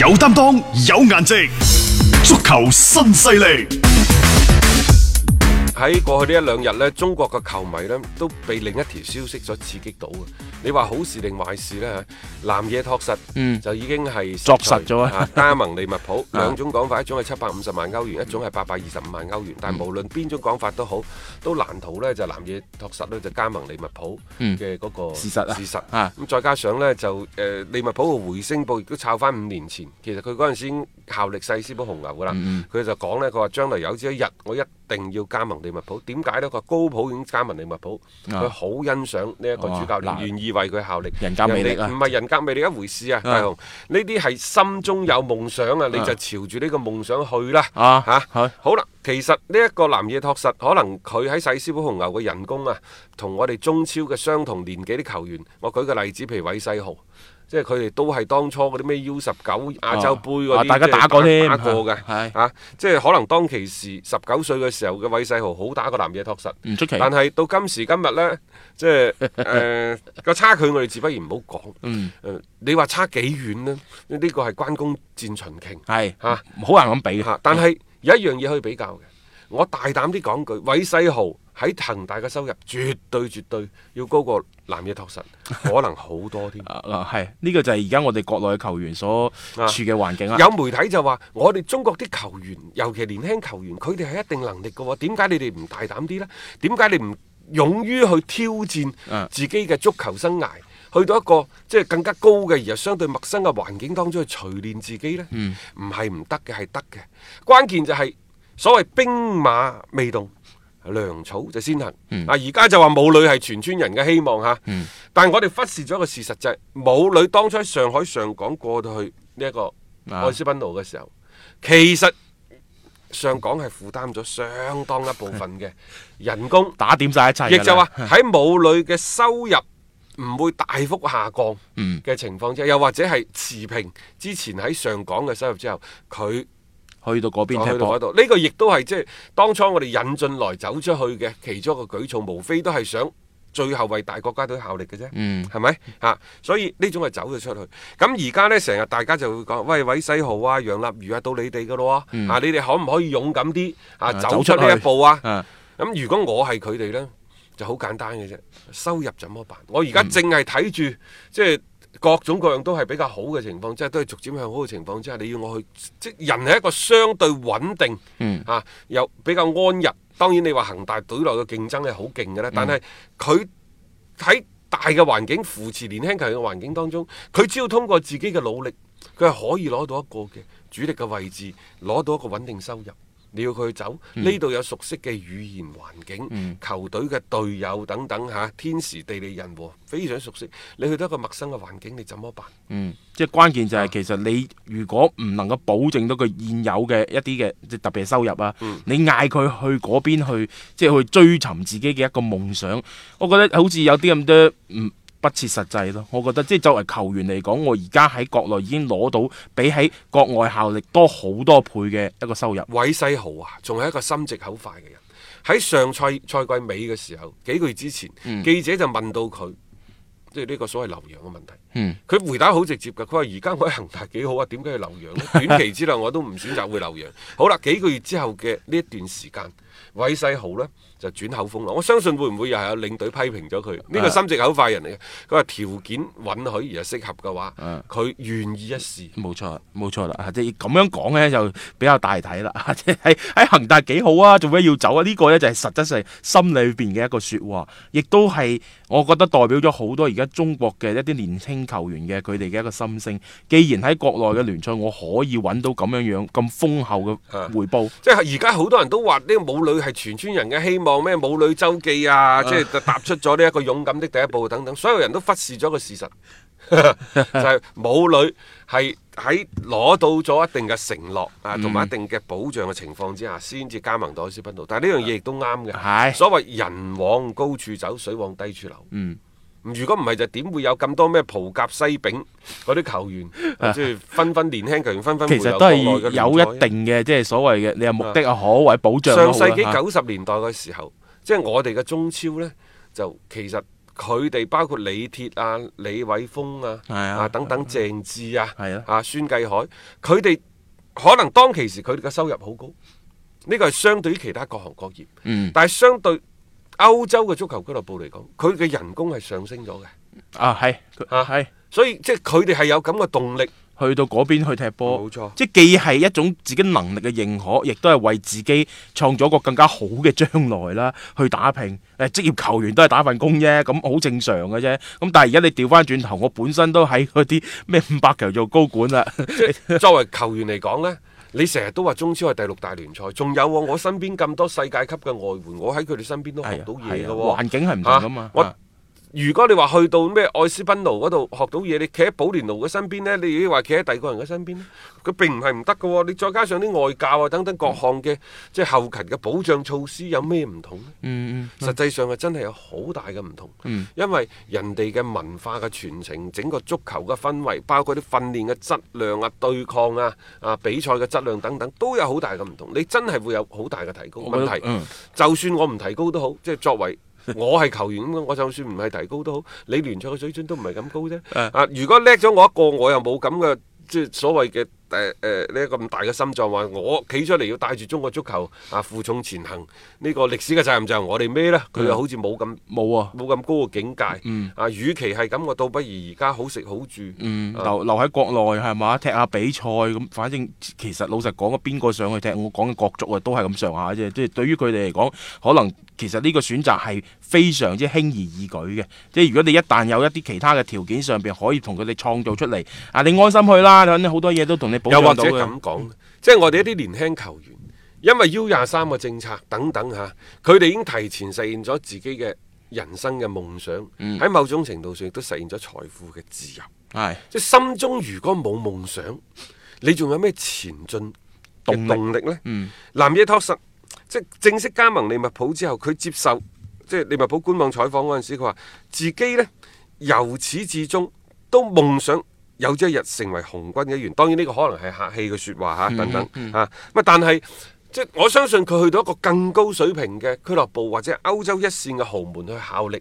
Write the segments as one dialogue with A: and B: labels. A: 有擔當，有顏值，足球新勢力。
B: 嗯喺過去呢一兩日呢，中國嘅球迷呢都被另一條消息所刺激到嘅。啊你話好事定壞事呢？嚇，南野拓實就已經係
C: 嗯作實咗啊
B: 啊！加盟利物 浦兩種講法，一種係七百五十萬歐
C: 嗯
B: 元，一種係八百二十五萬歐元。但係無論邊種講法都好，都難逃呢就南野拓實呢就加盟利物浦嘅嗰個
C: 事實啊
B: 事實
C: 啊
B: 咁再加上呢，就誒、呃利物浦嘅回聲報亦都抄翻五年前，其實佢嗰陣時已經效力細斯堡紅牛噶啦，佢、
C: 嗯
B: 就講呢，佢話將來有朝一日我一定要加盟利物浦。點解呢？佢話高普已經加盟利物浦，
C: 啊
B: 佢好、欣賞呢一個主教練，
C: 哦嗱
B: 願意為佢效力。
C: 人格魅力啊
B: 人哋唔係人格魅力一回事啊，大雄，呢啲係心中有夢想啊，你就朝住呢個夢想去啦。
C: 啊
B: 嚇
C: 係
B: 好啦，其實呢一個南野拓實，可能佢喺細斯堡紅牛嘅人工啊，同我哋中超嘅相同年紀啲球員，我舉個例子，譬如韋世豪。即係佢哋都係當初嗰啲咩 U 十九亞洲杯嗰啲、
C: 啊大家
B: 即係
C: 打過添
B: 打過嘅，
C: 係
B: 啊，即係可能當其時十九歲嘅時候嘅韋世豪好打過南野拓實，
C: 唔出奇
B: 但係到今時今日呢，即 係誒個差距，我哋自不然唔好講。嗯、你話差幾遠呢？呢、個係關公戰秦瓊。
C: 係
B: 嚇
C: 好難咁比嘅，
B: 嚇，但係有一樣嘢可以比較嘅，我大膽啲講句，韋世豪喺恒大嘅收入絕對絕對要高過南野拓 實，可能好多添。
C: 啊啊係呢個就係而家我哋國內嘅球員所處
B: 啊
C: 嘅環境啦。
B: 有媒體就話：我哋中國啲球員，尤其年輕球員，佢哋係一定能力嘅喎，點解你哋唔大膽啲呢？點解你唔勇於去挑戰
C: 嗯
B: 自己嘅足球生涯？去到一個即係更加高嘅，而又相對陌生嘅環境當中去錘煉自己呢？唔係唔得嘅，係得嘅。關鍵就係所謂兵馬未動，糧草就先行。
C: 嗯
B: 啊，而家就話武磊係全村人嘅希望嚇，但係我哋忽視咗一個事實就係、武磊當初喺上海上港過到去呢一個
C: 啊
B: 愛斯賓奴嘅時候，其實上港係負擔咗相當一部分 嘅人工，
C: 打點晒一切㗎啦，
B: 亦就話喺武磊嘅收入。唔會大幅下降
C: 嗯
B: 嘅情況之下，又或者係持平之前喺上港嘅收入之後，佢
C: 去到嗰邊
B: 哦去到嗰
C: 踢波，
B: 度，呢、個亦都係即係當初我哋引進來走出去嘅其中一個舉措，無非都係想最後為大國家隊效力嘅啫，
C: 嗯
B: 係咪嚇？所以呢種係走咗出去。咁而家呢，成日大家就會講，喂，韋世豪啊、楊立瑜啊，到你哋嘅咯喎，啊，你哋可唔可以勇敢啲啊，
C: 嗯啊
B: 走
C: 走
B: 出
C: 出去
B: 呢一步啊？
C: 啊
B: 咁如果我係佢哋呢，就好簡單嘅啫，收入怎麼辦？我而家淨係睇住即係。各種各樣都係比較好嘅情況之下，都係逐漸向好嘅情況之下，你要我去即係人係一個相對穩定，
C: 嗯
B: 啊又比較安逸。當然你話恒大隊內嘅競爭係好勁嘅啦，但係佢喺大嘅環境扶持年輕球員嘅環境當中，佢只要通過自己嘅努力，佢係可以攞到一個嘅主力嘅位置，攞到一個穩定收入。你要佢去走，呢度、有熟悉嘅語言環境、球隊嘅隊友等等嚇，天時地利人和非常熟悉。你去到一個陌生嘅環境，你怎麼辦？
C: 嗯，即係關
B: 啊
C: 鍵就係其實你如果唔能夠保證到佢現有嘅一啲嘅即係特別係收入啊，
B: 嗯
C: 你嗌佢去嗰邊去即係去追尋自己嘅一個夢想，我覺得好似有啲咁多唔不切實際咯。我覺得即係作為球員嚟講，我而家喺國內已經攞到比喺國外效力多好多倍嘅一個收入。
B: 韋世豪啊，仲係一個心直口快嘅人。喺上賽賽季尾嘅時候，幾個月之前，
C: 嗯
B: 記者就問到佢，即係呢個所謂留洋嘅問題。
C: 嗯
B: 佢回答好直接嘅，佢話：而家我喺恒大幾好啊，點解要留 洋呢？短期之內我都唔選擇會留洋。好啦，幾個月之後嘅呢一段時間，韋世豪呢就轉口風啦。我相信會唔會又係有領隊批評咗佢？呢
C: 啊
B: 個心直口快人嚟嘅，佢話條件允許而係適合嘅話
C: 啊，
B: 佢願意一試。
C: 冇錯，冇錯啦，啊即係咁樣講呢，就比較大體啦。啊 即係喺喺恒大幾好啊，做咩要走啊？呢、個呢，就係實質上心裏邊嘅一個説話，亦都係我覺得代表咗好多而家中國嘅一啲年輕球員嘅佢哋嘅一個心聲。既然喺國內嘅聯賽，我可以揾到咁樣樣咁豐厚嘅
B: 啊
C: 回報，
B: 即係而家好多人都話呢個武磊係全村人嘅希望，咩武磊周記啊，即 係踏出咗呢一個勇敢的第一步等等，所有人都忽視咗個 事實，就係武磊係喺攞到咗一定嘅承諾啊，同埋一定嘅保障嘅情況之下，先至加盟到愛斯賓奴。但係呢樣嘢亦都啱嘅，
C: 係
B: 所謂人往高處走，水往低處流。
C: 嗯
B: 如果唔係就點會有咁多咩葡甲西丙嗰啲球員，即係紛紛年輕球員紛紛
C: 其
B: 回
C: 實
B: 流
C: 都係
B: 國內嘅聯賽啊
C: 有一定嘅即係所謂嘅你有目的又好啊或者保障都
B: 上
C: 好
B: 世
C: 啦
B: 紀
C: 啊
B: 九十年代嘅時候，即係我哋嘅中超呢，就其實佢哋包括李鐵啊、李偉峰啊、
C: 係啊
B: 等等鄭智啊、
C: 係啊
B: 啊孫繼海，佢哋可能當其時佢哋嘅收入好高，呢個係相對於其他各行各業，
C: 嗯
B: 但係相對歐洲嘅足球俱樂部嚟講，佢嘅人工係上升咗嘅，
C: 啊係佢
B: 啊
C: 係
B: 所以即係佢哋係有咁嘅動力。
C: 去到嗰邊去踢
B: 冇
C: 波，
B: 錯
C: 即係既係一種自己能力嘅認可，亦都係為自己創咗個更加好嘅將來啦， 去打拼。誒職業球員都係打份工啫，咁好正常嘅啫。咁但係而家你調翻轉頭，我本身都喺嗰啲咩五百強做高管啦，
B: 即係 作為球員嚟講呢，你成日都話中超係第六大聯賽，仲有喎，我身邊咁多世界級嘅外援，我喺佢哋身邊都學
C: 係啊
B: 到嘢嘅
C: 係啊
B: 喎。
C: 環境係唔同噶
B: 啊
C: 嘛。
B: 我
C: 啊
B: 如果你話去到咩愛斯賓奴嗰度學到嘢，你企喺保連奴嘅身邊呢，你亦話企喺第二個人嘅身邊咧，佢並唔係唔得嘅喎。你再加上啲外教啊等等各項嘅即係後勤嘅保障措施，有咩唔同呢？
C: 嗯
B: 實際上係真係有好大嘅唔同，
C: 嗯
B: 因為人哋嘅文化嘅傳承，整個足球嘅氛圍，包括啲訓練嘅質量啊、對抗啊、啊比賽嘅質量等等，都有好大嘅唔同。你真係會有好大嘅提高。
C: 我覺
B: 問
C: 得
B: 題，
C: 嗯
B: 就算我唔提高都好，即係作為我係球員咁樣， 我就算唔係提高都好，你聯賽嘅水準都唔係咁高啫。
C: 誒
B: 啊，如果叻咗我一個，我又冇咁嘅即係所謂嘅。誒誒呢一個咁大嘅心臟話，我企出嚟要帶住中國足球啊負重前行，呢、個歷史嘅責任就係我哋孭啦。佢又好似冇咁
C: 嗯冇啊。
B: 冇咁高嘅境界。啊，與其係咁，我倒不如而家好食好住。
C: 嗯，
B: 啊
C: 留留喺國內係嘛，踢下比賽咁，反正其實老實講啊，邊個上去踢，我講嘅國足啊，都係咁上下啫。即係對於佢哋嚟講，可能其實呢個選擇係非常之輕而易舉嘅。即係如果你一旦有一啲其他嘅條件上邊可以同佢哋創造出嚟，啊，你安心去啦，反正好多嘢都同你保
B: 又或
C: 障
B: 者
C: 到嘅。
B: 咁講，即係我哋一啲年輕球員，因為 U 廿三嘅政策等等嚇，佢哋已經提前實現咗自己嘅人生嘅夢想，喺、
C: 嗯
B: 某種程度上亦都實現咗財富嘅自由。
C: 係
B: 即係心中如果冇夢想，你仲有咩前進嘅
C: 動力嗯
B: 動力呢？南野拓實即係正式加盟利物浦之後，佢接受即係利物浦官網採訪嗰陣時，佢話自己呢，由始至終都夢想。有朝一日成為紅軍嘅一員，當然呢個可能係客氣嘅説
C: 嗯
B: 話嚇，等等嚇。啊咁啊，但係即係我相信佢去到一個更高水平嘅俱樂部或者歐洲一線嘅豪門去效力，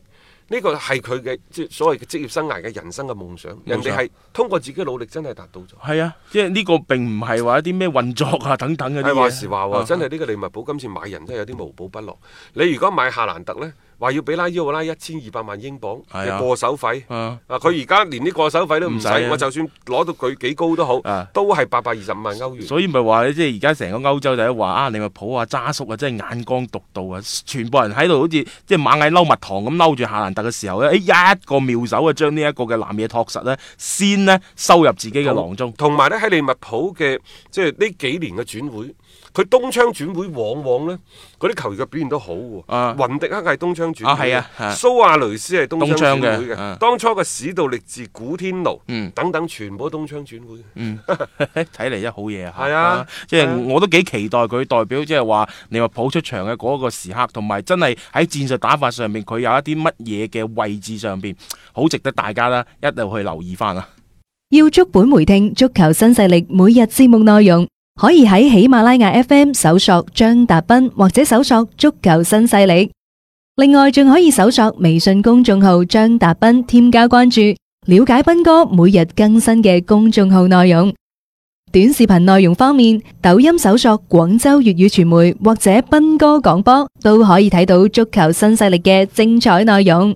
B: 呢個係佢嘅即係所謂嘅職業生涯嘅人生嘅夢想。人哋係通過自己嘅努力真係達到咗。
C: 係啊，即係呢個並唔係話一啲咩運作啊等等嗰啲
B: 係
C: 嘢。
B: 話時話
C: 啊
B: 喎，真係呢個利物浦今次買人真係有啲無寶不落。你如果買夏蘭特呢，話要俾拉伊奧拉一千二百萬英鎊
C: 係
B: 嘅
C: 啊
B: 過手費。
C: 啊
B: 啊！佢而家連啲過手費都唔使
C: 唔使啊，
B: 我就算攞到佢幾高都好
C: 啊，
B: 都係八百二十五萬歐元。
C: 所以咪話即係而家成個歐洲就係話啊利物浦啊渣叔啊，真係眼光獨到啊！全部人喺度好似即係螞蟻嬲蜜糖咁嬲住夏蘭特嘅時候咧，誒一個妙手啊，將呢一個嘅南野拓實咧，先呢收入自己嘅囊中。
B: 同埋咧喺利物浦嘅即係呢幾年嘅轉會，佢東窗轉會往往呢嗰啲球員嘅表現都好喎。
C: 啊
B: 雲迪克係東窗轉會嘅，
C: 啊係啊係
B: 蘇亞雷斯係東
C: 東窗
B: 窗
C: 嘅
B: 轉會嘅。
C: 啊
B: 當初嘅史道力治、古天奴、
C: 嗯
B: 等等，全部都東窗轉會嘅。
C: 睇嚟真係好嘢啊！
B: 係啊
C: 即
B: 係
C: 係
B: 啊
C: 我都幾期待佢代表，即係話利物浦出場嘅嗰個時刻，同埋真係喺戰術打法上面，佢有一啲乜嘢嘅位置上邊，好值得大家啦一路去留意翻啊！
D: 要足本回聽足球新勢力每日節目內容，可以喺喜馬拉雅 FM 搜索張達斌或者搜索足球新勢力。另外，仲可以搜索微信公眾號張達斌，添加關注，了解斌哥每日更新嘅公眾號內容。短視頻內容方面，抖音搜索廣州粵語傳媒或者斌哥廣播，都可以睇到足球新勢力嘅精彩內容。